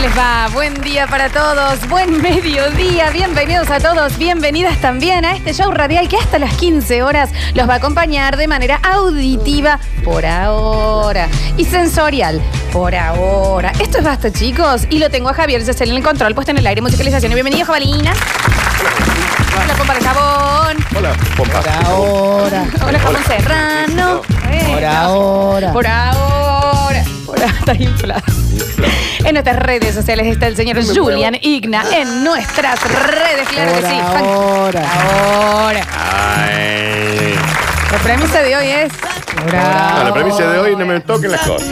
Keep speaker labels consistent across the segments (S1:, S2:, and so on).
S1: les va? Buen día para todos, buen mediodía, bienvenidos a todos, bienvenidas también a este show radial que hasta las 15 horas los va a acompañar de manera auditiva por ahora y sensorial por ahora. Esto es basta, chicos, y lo tengo a Javier Yacel en el control, puesto en el aire, musicalización. Y bienvenido, Jabalina. Hola, pompa de jabón.
S2: Hola, pompa.
S3: Por
S1: oh.
S3: ahora,
S1: Hola, jabón serrano.
S3: por
S1: Eh,
S3: ahora.
S1: Por ahora. Por ahora está inflada. En nuestras redes sociales está el señor Julian Igna. En nuestras redes, claro que
S3: Por
S1: sí.
S3: ahora.
S1: Ahora.
S2: Ay.
S1: La premisa de hoy es.
S2: No,
S1: ahora.
S2: la premisa de hoy no me toquen las cosas.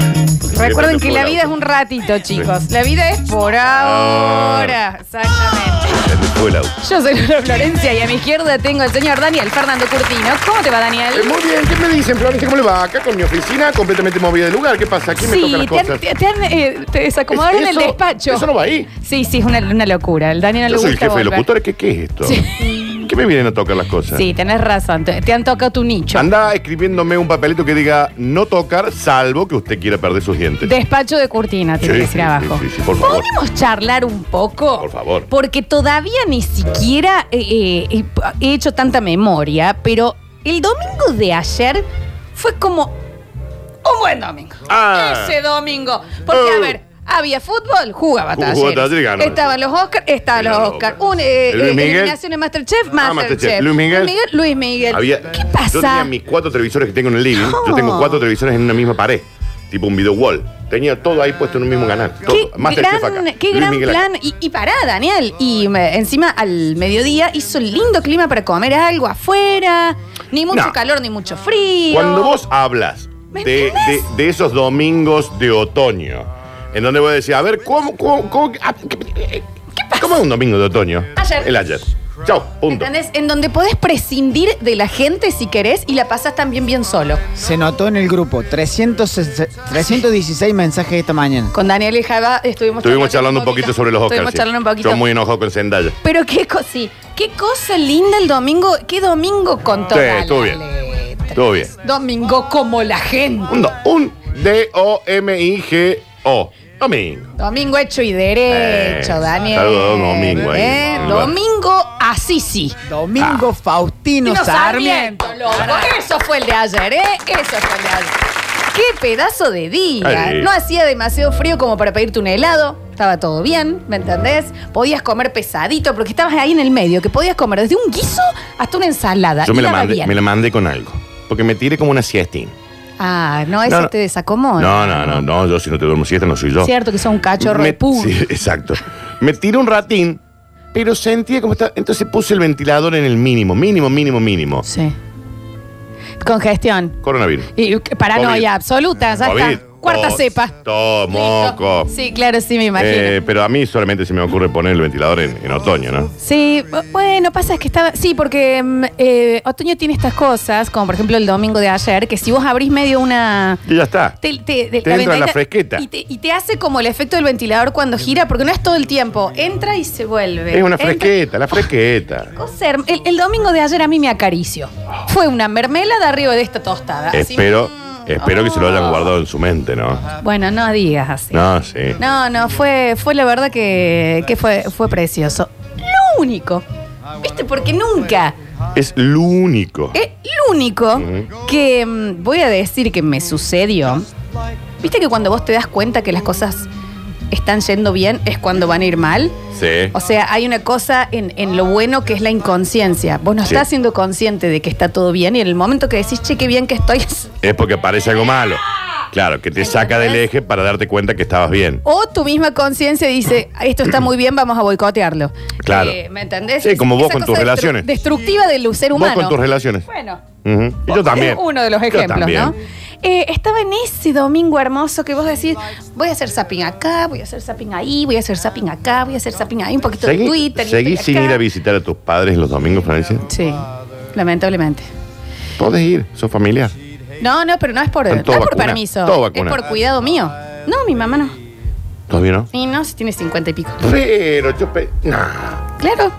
S1: Recuerden que
S2: Por
S1: la
S2: ahora.
S1: vida es un ratito, chicos. La vida es por
S2: Ah.
S1: ahora. Exactamente.
S2: Se me fue el auto.
S1: Yo soy Lola Florencia y a mi izquierda tengo al señor Daniel Fernando Curtino. ¿Cómo te va,
S2: Eh,
S1: Daniel?
S2: muy bien, ¿qué me dicen, Florencia? ¿Cómo le va? Acá con mi oficina completamente movida de lugar. ¿Qué pasa? ¿Quién me toca
S1: Sí,
S2: las
S1: te, han-
S2: cosas?
S1: te- te han, eh, te desacomodaron en el
S2: Eso-
S1: despacho.
S2: Eso no va ahí.
S1: Sí, sí, es una, una locura. El Dani no le
S2: Yo soy el
S1: gusta
S2: jefe de
S1: volver.
S2: locutores. ¿Qué, ¿Qué es esto? ¿Qué me vienen a tocar las cosas?
S1: Sí, tenés razón. Te, te han tocado tu nicho.
S2: Anda escribiéndome un papelito que diga no tocar, salvo que usted quiera perder sus dientes.
S1: Despacho de cortina, tiene
S2: Sí,
S1: que decir
S2: sí,
S1: abajo.
S2: sí, sí, sí, por favor.
S1: ¿Podemos charlar un poco?
S2: Por favor.
S1: Porque todavía ni siquiera eh, eh, he hecho tanta memoria, pero el domingo de ayer fue como un buen domingo.
S2: Ah.
S1: Ese domingo. Porque, a
S2: Oh.
S1: ver, había fútbol, jugaba
S2: Jugó
S1: Talleres.
S2: Talleres y ganó.
S1: Estaban los Oscars, estaban los
S2: Ganó
S1: Oscars.
S2: Oscar.
S1: Un, eh,
S2: Luis
S1: eh,
S2: Miguel.
S1: eliminación de Masterchef,
S2: Ah,
S1: Masterchef.
S2: Masterchef. Luis Miguel.
S1: Luis Miguel.
S2: Había-
S1: ¿Qué pasa?
S2: Yo tenía mis cuatro televisores que tengo en el living. Yo tengo cuatro televisores en una misma pared, tipo un video wall. Tenía todo ahí puesto en un mismo canal.
S1: Qué
S2: Todo. Más
S1: gran,
S2: acá.
S1: qué
S2: Luis
S1: gran
S2: Miguel acá.
S1: plan. Y, y pará, Daniel. Y eh, encima al mediodía hizo lindo clima para comer algo afuera. Ni mucho
S2: No.
S1: calor, ni mucho frío.
S2: Cuando vos hablas
S1: ¿Me
S2: de, de- de esos domingos de otoño, en donde vos decís, a ver, ¿cómo, cómo, cómo, ah, qué- cómo es un domingo de otoño?
S1: Ayer.
S2: El ayer. Chao, punto.
S1: ¿Entendés? En donde podés prescindir de la gente si querés y la pasas también bien solo.
S3: Se notó en el grupo 300, 316 mensajes esta mañana.
S1: Con Daniel y Java estuvimos,
S2: Estuvimos charlando un poquito sobre los Oscars.
S1: Estuvimos
S2: sí.
S1: charlando un poquito.
S2: Yo muy enojado con Zendaya.
S1: Pero qué cosa, sí, qué cosa linda el domingo, qué domingo con toda la
S2: estuvo bien.
S1: letra.
S2: Todo bien.
S1: Domingo como la gente.
S2: Un, do- un D-O-M-I-G-O. Domingo.
S1: Domingo hecho y derecho,
S2: Eh,
S1: Daniel.
S2: saludo domingo ahí.
S1: Eh,
S2: Ahí va.
S1: Domingo así sí.
S3: Domingo
S1: Ah.
S3: Faustino
S1: No
S3: Sarmiento.
S1: loco. Eso fue el de ayer, ¿eh? Eso fue el de ayer. Qué pedazo de día.
S2: Ay.
S1: No hacía demasiado frío como para pedirte un helado. Estaba todo bien, ¿me entendés? Podías comer pesadito porque estabas ahí en el medio, que podías comer desde un guiso hasta una ensalada.
S2: Yo
S1: y
S2: me la,
S1: daba
S2: mandé,
S1: bien.
S2: me la mandé con algo. Porque me tiré como una siestín.
S1: Ah, no, eso
S2: No, no.
S1: te desacomoda.
S2: No, no, no, no. Yo si no te duermo siesta no soy yo.
S1: Cierto que son un cachorro
S2: Me-
S1: de puro.
S2: sí, exacto. Me tiré un ratín, pero sentía como estaba. Entonces puse el ventilador en el mínimo, mínimo, mínimo, mínimo.
S1: Sí. Congestión.
S2: Coronavirus.
S1: Y que paranoia
S2: COVID. Mm,
S1: absoluta, ya
S2: COVID,
S1: está. Cuarta
S2: tos,
S1: cepa.
S2: Tos,
S1: Listo.
S2: moco.
S1: Sí, claro, sí, me imagino.
S2: Eh, pero a mí solamente se me ocurre poner el ventilador en, en otoño, ¿no?
S1: Sí, bu- bueno, pasa que estaba. Sí, porque mm, eh, otoño tiene estas cosas, como por ejemplo el domingo de ayer, que si vos abrís medio una.
S2: Y ya está.
S1: Te, te- de-
S2: Te entra
S1: ventanita-
S2: la fresqueta.
S1: Y te, y te hace como el efecto del ventilador cuando gira, porque no es todo el tiempo. Entra y se vuelve.
S2: Es una
S1: Entra-
S2: fresqueta, la fresqueta.
S1: Cosa herm- El, el domingo de ayer a mí me acarició. Fue una mermelada arriba de esta tostada. así,
S2: Espero,
S1: mm,
S2: espero que se lo hayan
S1: oh.
S2: guardado en su mente, ¿no?
S1: Bueno, no digas así.
S2: No, sí.
S1: No, no, fue, fue la verdad que, que fue, fue precioso. Lo único, ¿viste? Porque nunca,
S2: Es lo único.
S1: es lo único que mm, voy a decir que me sucedió. ¿Viste que cuando vos te das cuenta que las cosas están yendo bien es cuando van a ir mal?
S2: Sí.
S1: O sea, hay una cosa en, en lo bueno que es la inconsciencia. Vos no
S2: Sí.
S1: estás siendo consciente de que está todo bien y en el momento que decís, che, qué bien que estoy,
S2: Es porque aparece algo malo.
S1: ¡Ah!
S2: Claro, que te saca del eje para darte cuenta que estabas bien.
S1: O tu misma conciencia dice, esto está muy bien, vamos a boicotearlo.
S2: Claro.
S1: Eh, ¿Me entendés?
S2: Sí, como vos
S1: Esa
S2: con
S1: cosa
S2: tus
S1: destru-
S2: relaciones.
S1: Destructiva del ser humano.
S2: Vos con tus relaciones.
S1: Bueno.
S2: Ujú. Y yo también.
S1: Es uno de los
S2: Yo
S1: ejemplos,
S2: también.
S1: ¿no? Eh, estaba en ese domingo hermoso que vos decís, voy a hacer zapping acá, voy a hacer zapping ahí, voy a hacer zapping acá, voy a hacer zapping ahí, un poquito
S2: ¿Seguí-
S1: de Twitter. y
S2: ¿Seguís
S1: estoy
S2: sin
S1: acá.
S2: ir a visitar a tus padres los domingos, Florencia?
S1: Sí, lamentablemente.
S2: Podés ir, sos familiar.
S1: No, no, pero no es por, no
S2: Están
S1: es
S2: todos
S1: por
S2: vacunados,
S1: permiso.
S2: todos
S1: Es
S2: vacunados.
S1: por cuidado mío. No, mi mamá no.
S2: ¿Todavía no?
S1: Y no, si tiene 50 y pico.
S2: Pero yo... pe- Nah.
S1: Claro.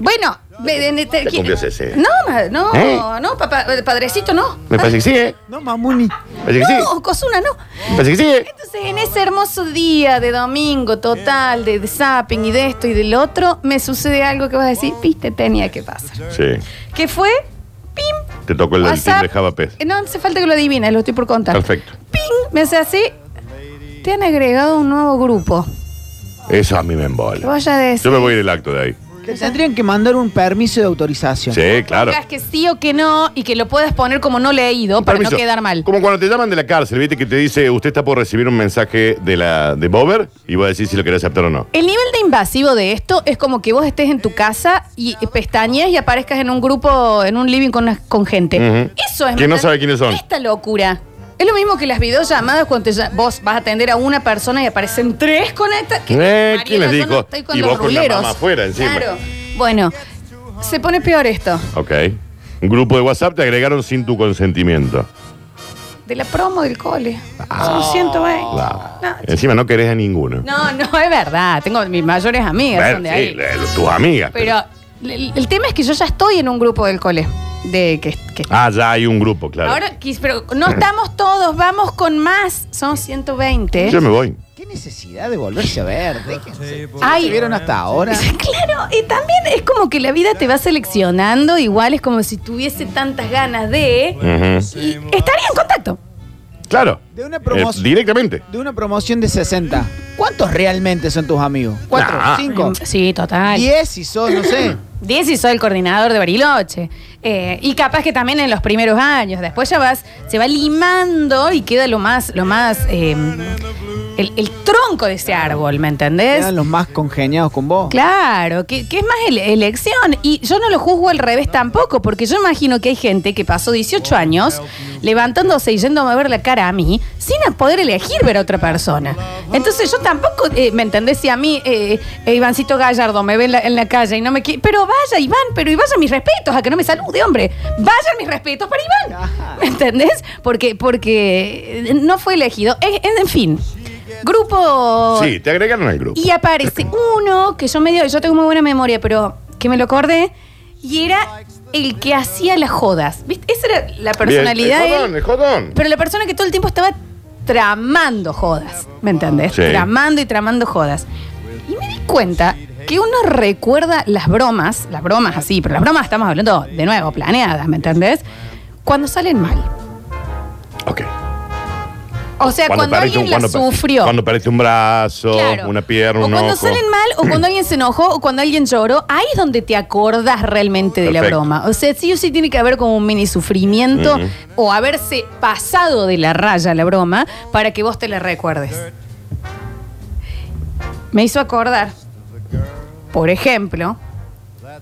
S1: Bueno, Ve- ve- te-
S2: Ya cumplió 60.
S1: No, ma- no,
S2: ¿Eh?
S1: no, papá, eh, padrecito no.
S2: Me parece que sí, ¿eh?
S3: No, mamuni.
S2: Me parece que sí.
S1: No, Osuna no.
S2: Me parece que sí, ¿eh?
S1: Entonces, en ese hermoso día de domingo total, de, de zapping y de esto y del otro, me sucede algo que vas a decir, viste, tenía que pasar.
S2: ¿eh? Sí.
S1: Que fue, pim,
S2: Te tocó el, el
S1: WhatsApp.
S2: timbre Javapes.
S1: Eh, No hace falta que lo adivines, lo estoy por contar.
S2: Perfecto.
S1: Ping, me hace así, te han agregado un nuevo grupo.
S2: Eso a mí me
S1: Que
S2: embola.
S1: vos ya decís,
S2: Yo me voy a ir el acto de ahí.
S3: Te tendrían que mandar un permiso de autorización.
S2: Sí, claro.
S1: digas que sí o que no y que lo puedas poner como no leído
S2: Un
S1: para
S2: permiso.
S1: no quedar mal.
S2: Como cuando te llaman de la cárcel, viste que te dice, usted está por recibir un mensaje de la de Bober y va a decir si lo querés aceptar o no.
S1: El nivel de invasivo de esto es como que vos estés en tu casa y pestañees y aparezcas en un grupo, en un living con, una- con gente.
S2: Ujú.
S1: Eso es...
S2: Que no
S1: ¿me
S2: sabe
S1: entendés?
S2: quiénes son.
S1: Esta locura. Es lo mismo que las videollamadas cuando te ll- vos vas a atender a una persona y aparecen tres conectadas. ¿Qué-
S2: Eh,
S1: Mariela,
S2: ¿quién les
S1: yo
S2: dijo?
S1: no estoy con
S2: Y
S1: los
S2: vos con la
S1: ruleros.
S2: mamá afuera, encima.
S1: Claro. Bueno, se pone peor esto.
S2: Ok. Un grupo de WhatsApp te agregaron sin tu consentimiento.
S1: De la promo del cole. Son 120.
S2: Claro.
S1: No,
S2: Encima no querés a ninguno.
S1: No, no, es verdad. Tengo mis mayores amigas.
S2: Ver,
S1: son de
S2: sí,
S1: ahí.
S2: le- tus amigas.
S1: Pero el, el tema es que yo ya estoy en un grupo del cole. De que, que-
S2: Ah, ya hay un grupo, claro.
S1: Ahora, quis- pero no estamos todos, vamos con más. Son 120.
S2: Yo me voy.
S3: ¿Qué necesidad de volverse a ver? Déjense.
S1: Ay.
S3: ¿Se vieron hasta ahora?
S1: Claro, y también es como que la vida te va seleccionando, igual es como si tuviese tantas ganas de...
S2: Ujú.
S1: Y estaría en contacto.
S2: Claro.
S3: De una
S2: Eh,
S3: promoción.
S2: directamente.
S3: de una promoción de 60. ¿Cuántos realmente son tus amigos? ¿Cuatro?
S2: Nah.
S3: ¿Cinco?
S1: Sí, total.
S3: ¿Diez si sos, no sé?
S1: 10 y soy el coordinador de Bariloche. Eh, y capaz que también en los primeros años. Después ya vas, se va limando y queda lo más, lo más, eh, el, el tronco de ese árbol, ¿me entendés?
S3: Eran los más congeniados con vos.
S1: Claro, que, que es más ele- elección. Y yo no lo juzgo al revés tampoco, porque yo imagino que hay gente que pasó 18 años levantándose y yéndome a ver la cara a mí sin poder elegir ver a otra persona. Entonces yo tampoco, eh, ¿me entendés? Si a mí eh, eh, Ivancito Gallardo me ve en la, en la calle y no me quiere... Pero vaya, Iván, pero y vayan mis respetos a que no me salude, hombre. Vayan mis respetos para Iván. ¿Me entendés? Porque, porque no fue elegido. En, en- en fin, grupo...
S2: Sí, te agregaron al grupo.
S1: Y aparece uno que yo medio, yo tengo muy buena memoria, pero que me lo acordé, y era el que hacía las jodas. ¿Viste? Esa era la personalidad.
S2: Bien,
S1: de
S2: El
S1: él,
S2: jodón, el jodón.
S1: pero la persona que todo el tiempo estaba tramando jodas, ¿me entendés?
S2: Sí.
S1: Tramando y tramando jodas. Y me di cuenta que uno recuerda las bromas, las bromas así, pero las bromas estamos hablando de nuevo, planeadas, ¿me entendés? Cuando salen mal.
S2: Ok.
S1: O sea, cuando,
S2: perdiste
S1: alguien la
S2: cuando per-
S1: sufrió.
S2: Cuando perdiste un brazo,
S1: Claro.
S2: una pierna,
S1: o
S2: un
S1: cuando
S2: ojo.
S1: salen mal, o cuando alguien se enojó, o cuando alguien lloró, ahí es donde te acordas realmente de la
S2: Perfecto.
S1: broma. O sea, sí o sí tiene que haber como un mini sufrimiento
S2: Ujú.
S1: o haberse pasado de la raya la broma para que vos te la recuerdes. Me hizo acordar, por ejemplo,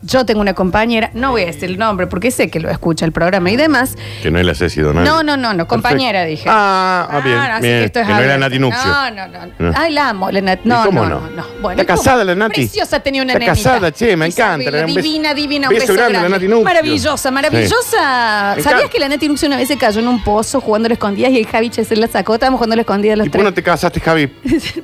S1: yo tengo una compañera, no voy a decir el nombre porque sé que lo escucha el programa y demás,
S2: Que no es la Ceci Donati.
S1: no, no, no, no, compañera dije.
S2: Ah, ah, bien,
S1: así
S2: bien.
S1: que esto es
S2: Que no era
S1: abierto.
S2: Nati Nuccio.
S1: No, no, no.
S2: No.
S1: Ay, la amo, la Nati.
S2: ¿Y
S1: No,
S2: cómo
S1: no,
S2: no?
S1: no, no. Bueno,
S2: Está
S1: ¿y cómo?
S2: casada la Nati.
S1: Preciosa tenía una
S2: Está
S1: nenita.
S2: casada, che, me
S1: Isabel,
S2: encanta, le da un beso-
S1: Divina, divina, un
S2: beso
S1: beso
S2: grande a
S1: grande.
S2: la Nati Nuccio.
S1: Maravillosa, maravillosa.
S2: Sí. Me
S1: ¿Sabías
S2: encanta.
S1: que la Nati Nuccio una vez se cayó en un pozo jugando a la escondida y el Javi se la sacó? Estábamos jugando a la escondida los
S2: ¿Y por
S1: tres.
S2: no te casaste, Javi?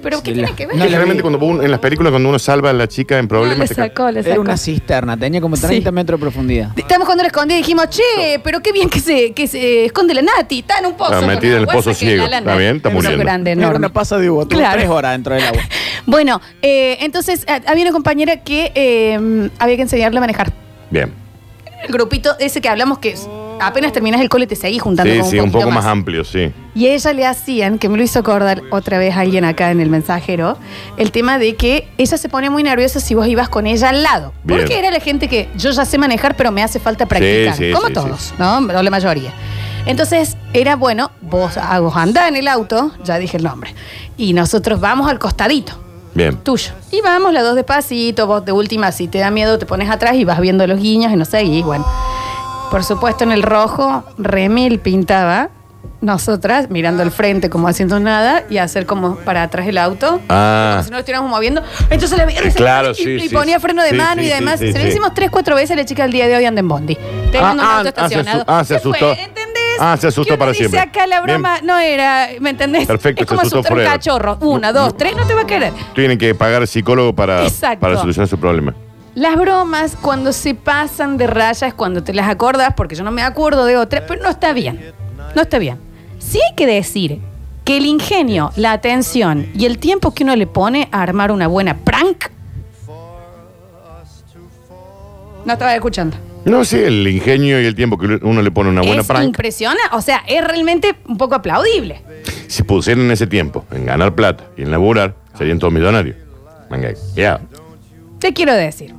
S1: Pero ¿qué
S3: De la-
S1: tiene que ver?
S3: No, la
S2: Generalmente
S3: vi.
S2: cuando uno- en las películas cuando uno salva a la chica en
S1: No, le
S2: problemas... te ca-
S1: sacó, le
S3: Era
S1: sacó.
S3: una cisterna, tenía como 30
S1: Sí.
S3: metros de profundidad.
S1: Estamos jugando a la escondida y dijimos, che, pero qué bien que se, que se esconde la Nati. Está en un pozo.
S2: Ah,
S1: con
S2: metida en el
S1: agua,
S2: pozo
S1: saqué la
S2: ciego.
S1: lana.
S2: Está bien, está
S1: Un pozo
S2: muriendo.
S1: grande,
S3: Era
S1: enorme.
S3: una pasa de uva, tuvo
S1: Claro.
S3: tres horas dentro del agua.
S1: Bueno, eh, entonces eh, había una compañera que eh, había que enseñarle a manejar.
S2: Bien.
S1: El grupito ese que hablamos que apenas terminas el cole te seguís juntando
S2: Sí,
S1: con
S2: sí, un
S1: poquito
S2: poco más amplio, sí.
S1: Y a ella le hacían, que me lo hizo acordar otra vez alguien acá en el mensajero, el tema de que ella se pone muy nerviosa si vos ibas con ella al lado.
S2: Bien.
S1: Porque era la gente que yo ya sé manejar, pero me hace falta practicar.
S2: Sí, sí,
S1: como
S2: sí,
S1: todos, ¿no? O la mayoría. Entonces era bueno, vos, ah, vos andá en el auto, ya dije el nombre, y nosotros vamos al costadito
S2: Bien.
S1: tuyo. Y vamos las dos despacito, vos de última, si te da miedo, te pones atrás y vas viendo los guiños y no seguís. Bueno, por supuesto en el rojo, Remil pintaba, nosotras mirando al frente como haciendo nada y hacer como para atrás el auto. Como
S2: Ah,
S1: si no lo estuviéramos moviendo. Entonces la
S2: Eh, claro,
S1: y,
S2: sí,
S1: y
S2: sí,
S1: ponía
S2: sí.
S1: freno de
S2: Sí,
S1: mano
S2: sí,
S1: y
S2: sí,
S1: demás.
S2: sí,
S1: se lo
S2: sí.
S1: hicimos tres, cuatro veces a la chica el día de hoy anda en Bondi. Teniendo
S2: Ah,
S1: un auto
S2: ah, ah, se
S1: estacionado.
S2: asu- ah, se
S1: fue,
S2: asustó.
S1: ¿Entendés?
S2: Ah, se asustó
S1: Que uno
S2: para
S1: dice
S2: siempre.
S1: acá la broma no era, ¿me entendés?
S2: Perfecto,
S1: es como
S2: se asustó
S1: asustar un
S2: fuera.
S1: cachorro. Una, dos, tres, no te va a querer.
S2: tienen que pagar psicólogo para,
S1: Exacto.
S2: para solucionar su problema.
S1: Las bromas cuando se pasan de rayas, cuando te las acordas, porque yo no me acuerdo de otra, pero no está bien. No está bien. Sí hay que decir que el ingenio, la atención y el tiempo que uno le pone a armar una buena prank. No estaba escuchando.
S2: No, sí, el ingenio y el tiempo que uno le pone a una buena
S1: es
S2: prank.
S1: impresionante, o sea, es realmente un poco aplaudible.
S2: Si pusieran ese tiempo en ganar plata y en laburar, serían todos millonarios. Venga, ya.
S1: Te quiero decir,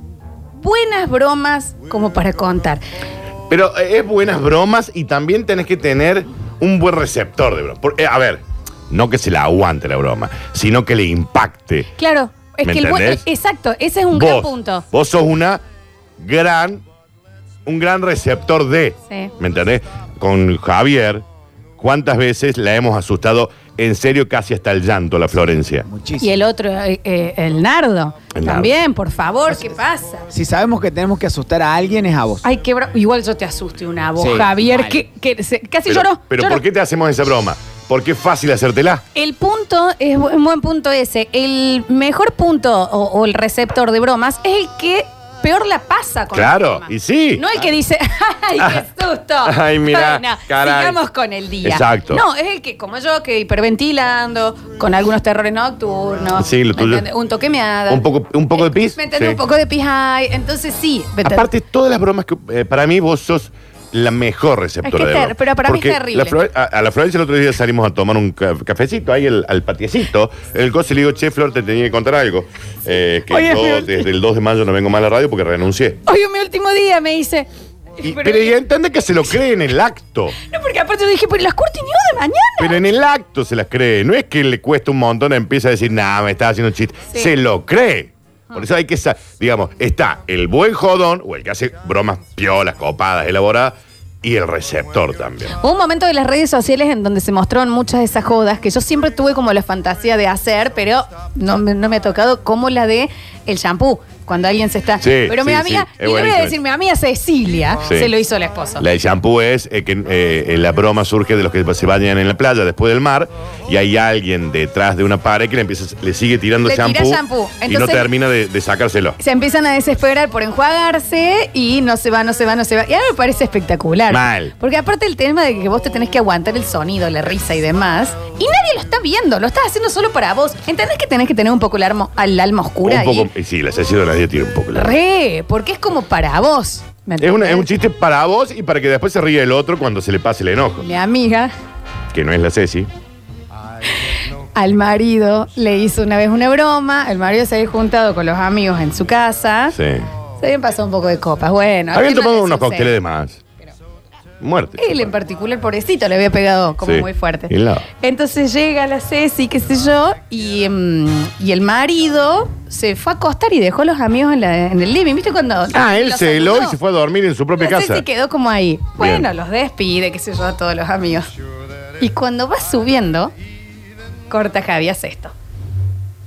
S1: buenas bromas como para contar.
S2: Pero eh, es buenas bromas y también tenés que tener un buen receptor de broma. Por- eh, a ver, no que se la aguante la broma, sino que le impacte.
S1: Claro, es
S2: ¿Me
S1: que el buen-
S2: entendés?
S1: exacto, ese es un gran punto.
S2: Vos sos una gran, un gran receptor de.
S1: Sí.
S2: ¿Me entendés? Con Javier, ¿cuántas veces la hemos asustado en serio casi hasta el llanto a la Florencia?
S1: Y
S3: Muchísimo.
S1: el otro, eh, eh, el nardo.
S2: El nardo.
S1: También, por favor, ¿qué pasa?
S3: Si sabemos que tenemos que asustar a alguien, es a vos.
S1: Ay, qué bro- Igual yo te asuste una voz,
S3: Sí,
S1: Javier,
S3: mal.
S1: que, que se- casi
S2: pero,
S1: lloró.
S2: pero
S1: lloró.
S2: ¿por qué te hacemos esa broma? Porque es fácil hacértela.
S1: El punto, es bu- un buen punto ese. El mejor punto o, o el receptor de bromas es el que peor la pasa con
S2: Claro,
S1: el tema.
S2: y sí. Ah.
S1: No el que dice, ¡ay, qué susto!
S2: Ay, mirá,
S1: Bueno,
S2: caray.
S1: sigamos con el día.
S2: Exacto.
S1: No, es el que, como yo, que hiperventilando, con algunos terrores nocturnos.
S2: Sí, lo
S1: ¿me
S2: tuyo.
S1: entendés? Un toque meada.
S2: Un poco, un poco de pis.
S1: Eh, ¿Me entendés?
S2: Sí.
S1: Un poco de pijay. Entonces sí. ¿me entendés?
S2: Aparte, todas las bromas que eh, para mí vos sos la mejor receptora
S1: Es que
S2: de
S1: es ter-
S2: bromas.
S1: pero para mí es
S2: Porque
S1: terrible.
S2: la Flor- a, a la Florencia el otro día salimos a tomar un ca- cafecito ahí el- al patiecito. El coche le digo, che, Flor, te tenía que contar algo. Eh, que
S1: Oye,
S2: yo
S1: Flor.
S2: desde el 2 de mayo no vengo más a la radio porque renuncié.
S1: Hoy es mi último día, me dice.
S2: Y- pero y entiende que se lo cree en el acto.
S1: No, porque aparte yo dije, pero ¿y las curti news de mañana.
S2: Pero en el acto se las cree. No es que le cuesta un montón, empieza a decir, nah, me estás haciendo un chiste.
S1: Sí. Ah.
S2: Se lo cree. Por eso hay que, sa- digamos, está el buen jodón o el que hace bromas piolas, copadas, elaboradas, y el receptor también.
S1: Hubo un momento de las redes sociales en donde se mostraron muchas de esas jodas que yo siempre tuve como la fantasía de hacer, pero no, me- no me ha tocado como la de el shampoo, cuando alguien se está.
S2: Sí,
S1: pero mi
S2: sí,
S1: amiga,
S2: sí,
S1: y
S2: es
S1: le voy a
S2: buenísimo.
S1: decir, mi amiga Cecilia
S2: Sí.
S1: se lo hizo el esposo.
S2: La de shampoo es eh, que eh, la broma surge de los que se bañan en la playa después del mar y hay alguien detrás de una pared que le, empieza, le sigue tirando
S1: Le tira
S2: shampoo,
S1: shampoo.
S2: y no
S1: Entonces-
S2: termina de, de sacárselo.
S1: Se empiezan a desesperar por enjuagarse y no se va, no se va, no se va. Y a mí me parece espectacular.
S2: Mal.
S1: Porque aparte el tema de que vos te tenés que aguantar el sonido, la risa y demás, y nadie lo está viendo, lo estás haciendo solo para vos. ¿Entendés que tenés que tener un poco el, armo- al alma oscura
S2: Un poco,
S1: ahí?
S2: y sí, la sesión de las 10 tira un poco. la-
S1: Re, porque es como para vos. ¿me
S2: Es, una- es un
S1: entendés?
S2: chiste para vos y para que después se ríe el otro cuando se le pase el enojo.
S1: Mi amiga
S2: Que no es la Ceci.
S1: al marido le hizo una vez una broma, el marido se había juntado con los amigos en su casa,
S2: Sí.
S1: se habían pasado un poco de copas, bueno.
S2: Habían
S1: ¿qué más
S2: tomado
S1: les
S2: unos
S1: sucede?
S2: cócteles de más. Muerte.
S1: Él en particular, pobrecito, le había pegado como
S2: Sí.
S1: muy fuerte.
S2: Y la-
S1: Entonces llega la Ceci, qué sé yo, y, mm, y el marido se fue a acostar y dejó a los amigos en, la- en el living. ¿Viste cuando.?
S2: Ah, él
S1: los
S2: se heló y
S1: saludó?
S2: se fue a dormir en su propia
S1: La
S2: casa.
S1: Ceci quedó como ahí. Bueno, los despide, qué sé yo, a todos los amigos. Y cuando va subiendo, corta Javier esto.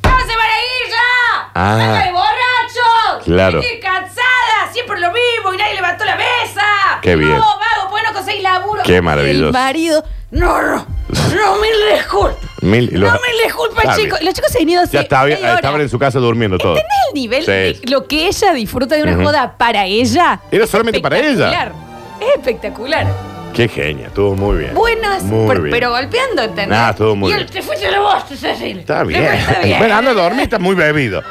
S1: ¡No se van a ir ya!
S2: Ah.
S1: ¡Basta de borrachos!
S2: Claro.
S1: Estoy cansada! ¡Siempre lo mismo! ¡Y nadie levantó la mesa!
S2: Qué bien.
S1: ¡No, vago! ¡Pues no conseguís laburo!
S2: Qué maravilloso.
S1: El marido... ¡No, no! ¡No me les culpa!
S2: Mil- y los-
S1: ¡No me les culpa,
S2: Está
S1: chicos!
S2: bien.
S1: Los chicos se han ido hace
S2: Ya estaba,
S1: media hora.
S2: estaban en su casa durmiendo todo.
S1: ¿Entendés el nivel
S2: Sí.
S1: de lo que ella disfruta de una
S2: Ujú.
S1: joda para ella?
S2: Era solamente para ella.
S1: Espectacular. Es espectacular.
S2: Qué genia, estuvo muy bien.
S1: Buenas,
S2: Muy
S1: per-
S2: bien.
S1: pero golpeando, ¿entendés?
S2: Nah, estuvo muy
S1: y él,
S2: bien.
S1: te fuiste la voz, Cecil.
S2: Está
S1: Te
S2: bien.
S1: fuiste, Está bien.
S2: Bueno, anda a dormir, estás muy bebido.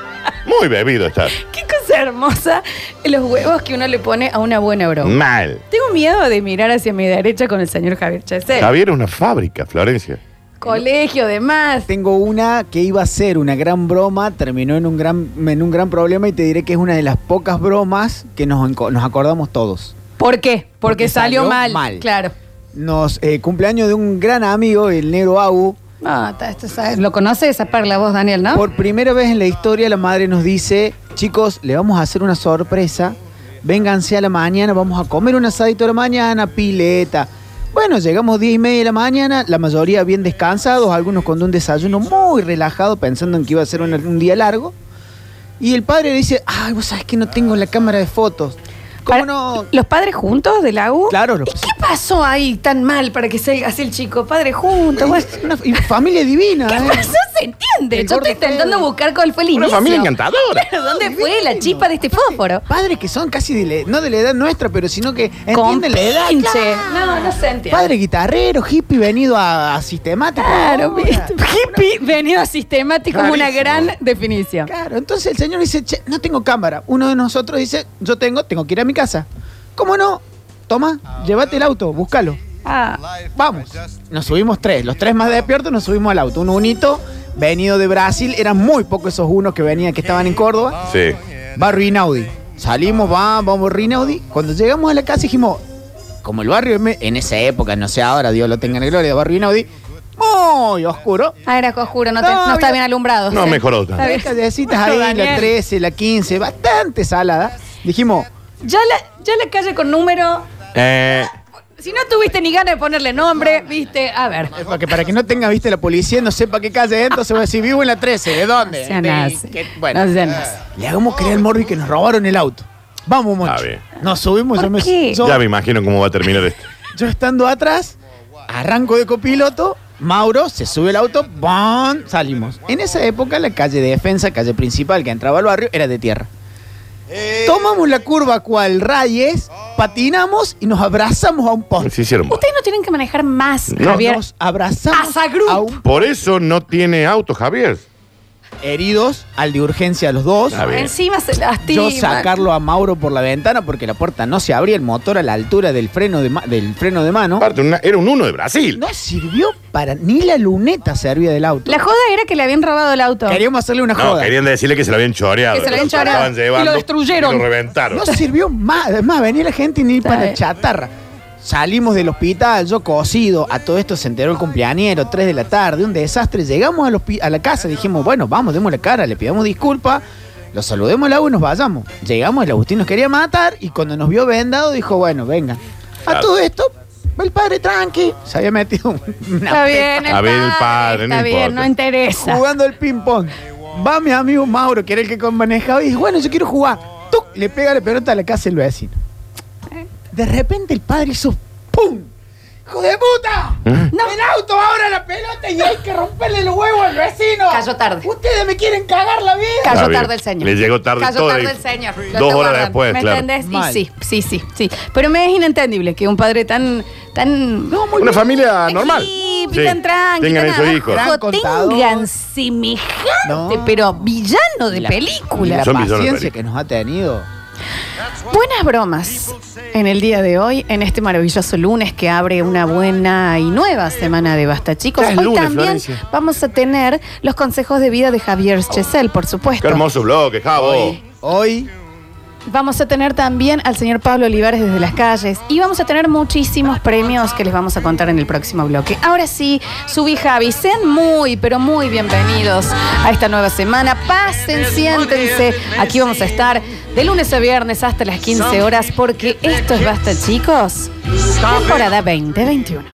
S2: Muy bebido estás.
S1: Qué cosa hermosa los huevos que uno le pone a una buena broma.
S2: Mal.
S1: Tengo miedo de mirar hacia mi derecha con el señor Javier Chesel.
S2: Javier es una fábrica, Florencia.
S1: Colegio, demás.
S3: Tengo una que iba a ser una gran broma, terminó en un gran, en un gran problema y te diré que es una de las pocas bromas que nos, enco- nos acordamos todos.
S1: ¿Por qué? Porque,
S3: Porque
S1: salió,
S3: salió
S1: mal.
S3: mal.
S1: Claro.
S3: Nos eh, cumpleaños de un gran amigo, el negro Agu.
S1: No, ta- esto sabes, lo conoces esa perla vos, Daniel, ¿no?
S3: Por primera vez en la historia la madre nos dice, chicos, le vamos a hacer una sorpresa, vénganse a la mañana, vamos a comer un asadito a la mañana, pileta. Bueno, llegamos 10 y media de la mañana, la mayoría bien descansados, algunos con un desayuno muy relajado, pensando en que iba a ser un, un día largo. Y el padre le dice, ay, vos sabés que no tengo la cámara de fotos.
S1: Para-
S3: ¿Cómo no?
S1: ¿Los padres juntos del la U?
S3: Claro,
S1: ¿Y
S3: los-
S1: qué pasó ahí tan mal para que salga así el chico? Padres juntos. bueno.
S3: Una f- y familia divina.
S1: ¿Qué
S3: ¿eh?
S1: pasó? Se entiende grande.
S3: El
S1: Yo estoy
S3: gordo
S1: intentando
S3: Fede.
S1: buscar cuál fue el
S2: Una
S1: inicio.
S2: familia encantadora.
S1: Pero ¿dónde fue la chispa de este fósforo?
S3: Padres que son casi de la- no de la edad nuestra, pero sino que
S1: Con
S3: entienden la edad.
S1: pinche. No, no se entiende.
S3: Padre guitarrero, hippie venido a, a sistemático.
S1: Claro,
S3: ahora.
S1: ¿viste? hippie venido a sistemático es una
S2: Clarísimo.
S1: gran definición.
S3: Claro, entonces el señor dice, che, no tengo cámara. Uno de nosotros dice, yo tengo, tengo que ir a mi casa. ¿Cómo no? Toma, llévate el auto, búscalo.
S1: Ah,
S3: Vamos. Nos subimos tres, los tres más despiertos nos subimos al auto. Un unito venido de Brasil, eran muy pocos esos unos que venían, que estaban en Córdoba.
S2: Sí.
S3: Va Rinaudi. Salimos, va, vamos Rinaudi. Cuando llegamos a la casa dijimos, como el barrio en- en esa época, no sé ahora, Dios lo tenga en gloria, va Rinaudi, muy oscuro.
S1: ah, era oscuro, no, te-
S3: No,
S1: no está
S3: había-
S1: bien alumbrado.
S2: No,
S1: Sí.
S2: mejoró tanto.
S1: Está bien.
S3: Tres callecitas
S1: Bueno,
S3: ahí, la
S1: Daniel,
S3: 13, la 15, bastante salada. Dijimos,
S1: Ya la, ya la calle con número.
S2: Eh,
S1: Si no tuviste ni ganas de ponerle nombre, viste, a ver.
S3: eh, para que, para que no tenga, viste, la policía, no sepa qué calle es, entonces va a decir, vivo en la 13, ¿de dónde?
S1: No sean
S3: De-
S1: así.
S3: que- bueno,
S1: No sean así.
S3: le hagamos creer al Morbi que nos robaron el auto. Vamos,
S2: Está
S3: Moncho.
S2: bien.
S3: Nos subimos,
S1: ¿Por
S3: yo, me-
S1: qué?
S3: yo-
S2: ya me imagino cómo va a terminar esto.
S3: yo estando atrás, arranco de copiloto, Mauro se sube el auto, ¡bon! salimos. En esa época la calle de defensa, calle principal que entraba al barrio, era de tierra. Tomamos la curva cual rayes, patinamos y nos abrazamos a un poste.
S2: Se hicieron. bolas.
S1: Ustedes no tienen que manejar más,
S2: No,
S1: Javier.
S3: Nos abrazamos
S1: Asa Group.
S3: a un
S2: Por eso no tiene auto, Javier.
S3: heridos, al de urgencia los dos.
S2: Está bien.
S1: Encima se lastima.
S3: Yo sacarlo a Mauro por la ventana porque la puerta no se abría, el motor a la altura del freno de, ma- del freno de mano.
S2: Aparte, una- era un uno de Brasil.
S3: No sirvió para ni la luneta servía del auto.
S1: La joda era que le habían robado el auto.
S3: Queríamos hacerle una
S2: No,
S3: joda.
S2: querían decirle que se lo habían choreado.
S1: Que se lo habían
S2: estaban
S1: choreado.
S2: llevando
S1: Y lo destruyeron.
S2: y lo reventaron.
S3: No sirvió más. Además, venía la gente ni para
S1: bien.
S3: chatarra. Salimos del hospital, yo cocido, a todo esto se enteró el cumpleañero, 3 de la tarde, un desastre. Llegamos al hospi- a la casa, dijimos, bueno, vamos, demos la cara, le pidamos disculpas, lo saludemos al agua y nos vayamos. Llegamos, el Agustín nos quería matar y cuando nos vio vendado dijo, bueno, venga. A
S2: Claro.
S3: todo esto, va el padre tranqui, se había metido una
S1: Está bien,
S2: A ver, el padre,
S1: Está
S2: no
S1: bien,
S2: importa.
S1: no interesa.
S3: jugando al ping-pong. Va mi amigo Mauro, que era el que con- manejaba, y dice, bueno, yo quiero jugar. ¡Tuc! Le pega la pelota a la casa del vecino. De repente el padre hizo ¡pum! ¡Hijo de puta! ¡El auto ahora la pelota y hay que romperle los huevos al vecino!
S1: Cayó tarde.
S3: ¡Ustedes me quieren cagar la vida!
S1: Cayó
S2: Está bien.
S1: tarde el señor.
S2: Le llegó tarde
S1: Cayó
S2: todo
S1: tarde
S2: y-
S1: el señor. Lo
S2: dos
S1: está
S2: horas
S1: guardando.
S2: después,
S1: ¿Me
S2: claro.
S1: entendés? Y
S3: Mal.
S1: sí, sí, sí, sí. Pero me es inentendible que un padre tan. tan
S3: No, muy
S2: Una
S3: bien.
S2: familia normal.
S1: hippie,
S2: Sí.
S1: tan tranqui,
S2: Tengan
S1: tan
S2: esos
S1: abajo,
S2: hijos.
S3: Gran contador.
S1: Tengan semejante,
S3: No.
S1: pero villano de
S3: La-
S1: película.
S3: La
S2: Son villanos de
S3: paciencia
S2: película.
S3: que nos ha tenido.
S1: Buenas bromas en el día de hoy, en este maravilloso lunes que abre una buena y nueva semana de Basta, chicos.
S2: Ya es
S1: Hoy
S2: lunes,
S1: también
S2: Florencia.
S1: vamos a tener los consejos de vida de Javier Chesel, por
S2: Qué
S1: supuesto.
S2: hermoso bloque, Javo.
S3: Hoy,
S1: Vamos a tener también al señor Pablo Olivares desde las calles y vamos a tener muchísimos premios que les vamos a contar en el próximo bloque. Ahora sí, subí Javi, sean muy, pero muy bienvenidos a esta nueva semana. Pasen, siéntense. Aquí vamos a estar de lunes a viernes hasta las 15 horas porque esto es Basta, chicos. Temporada 2021.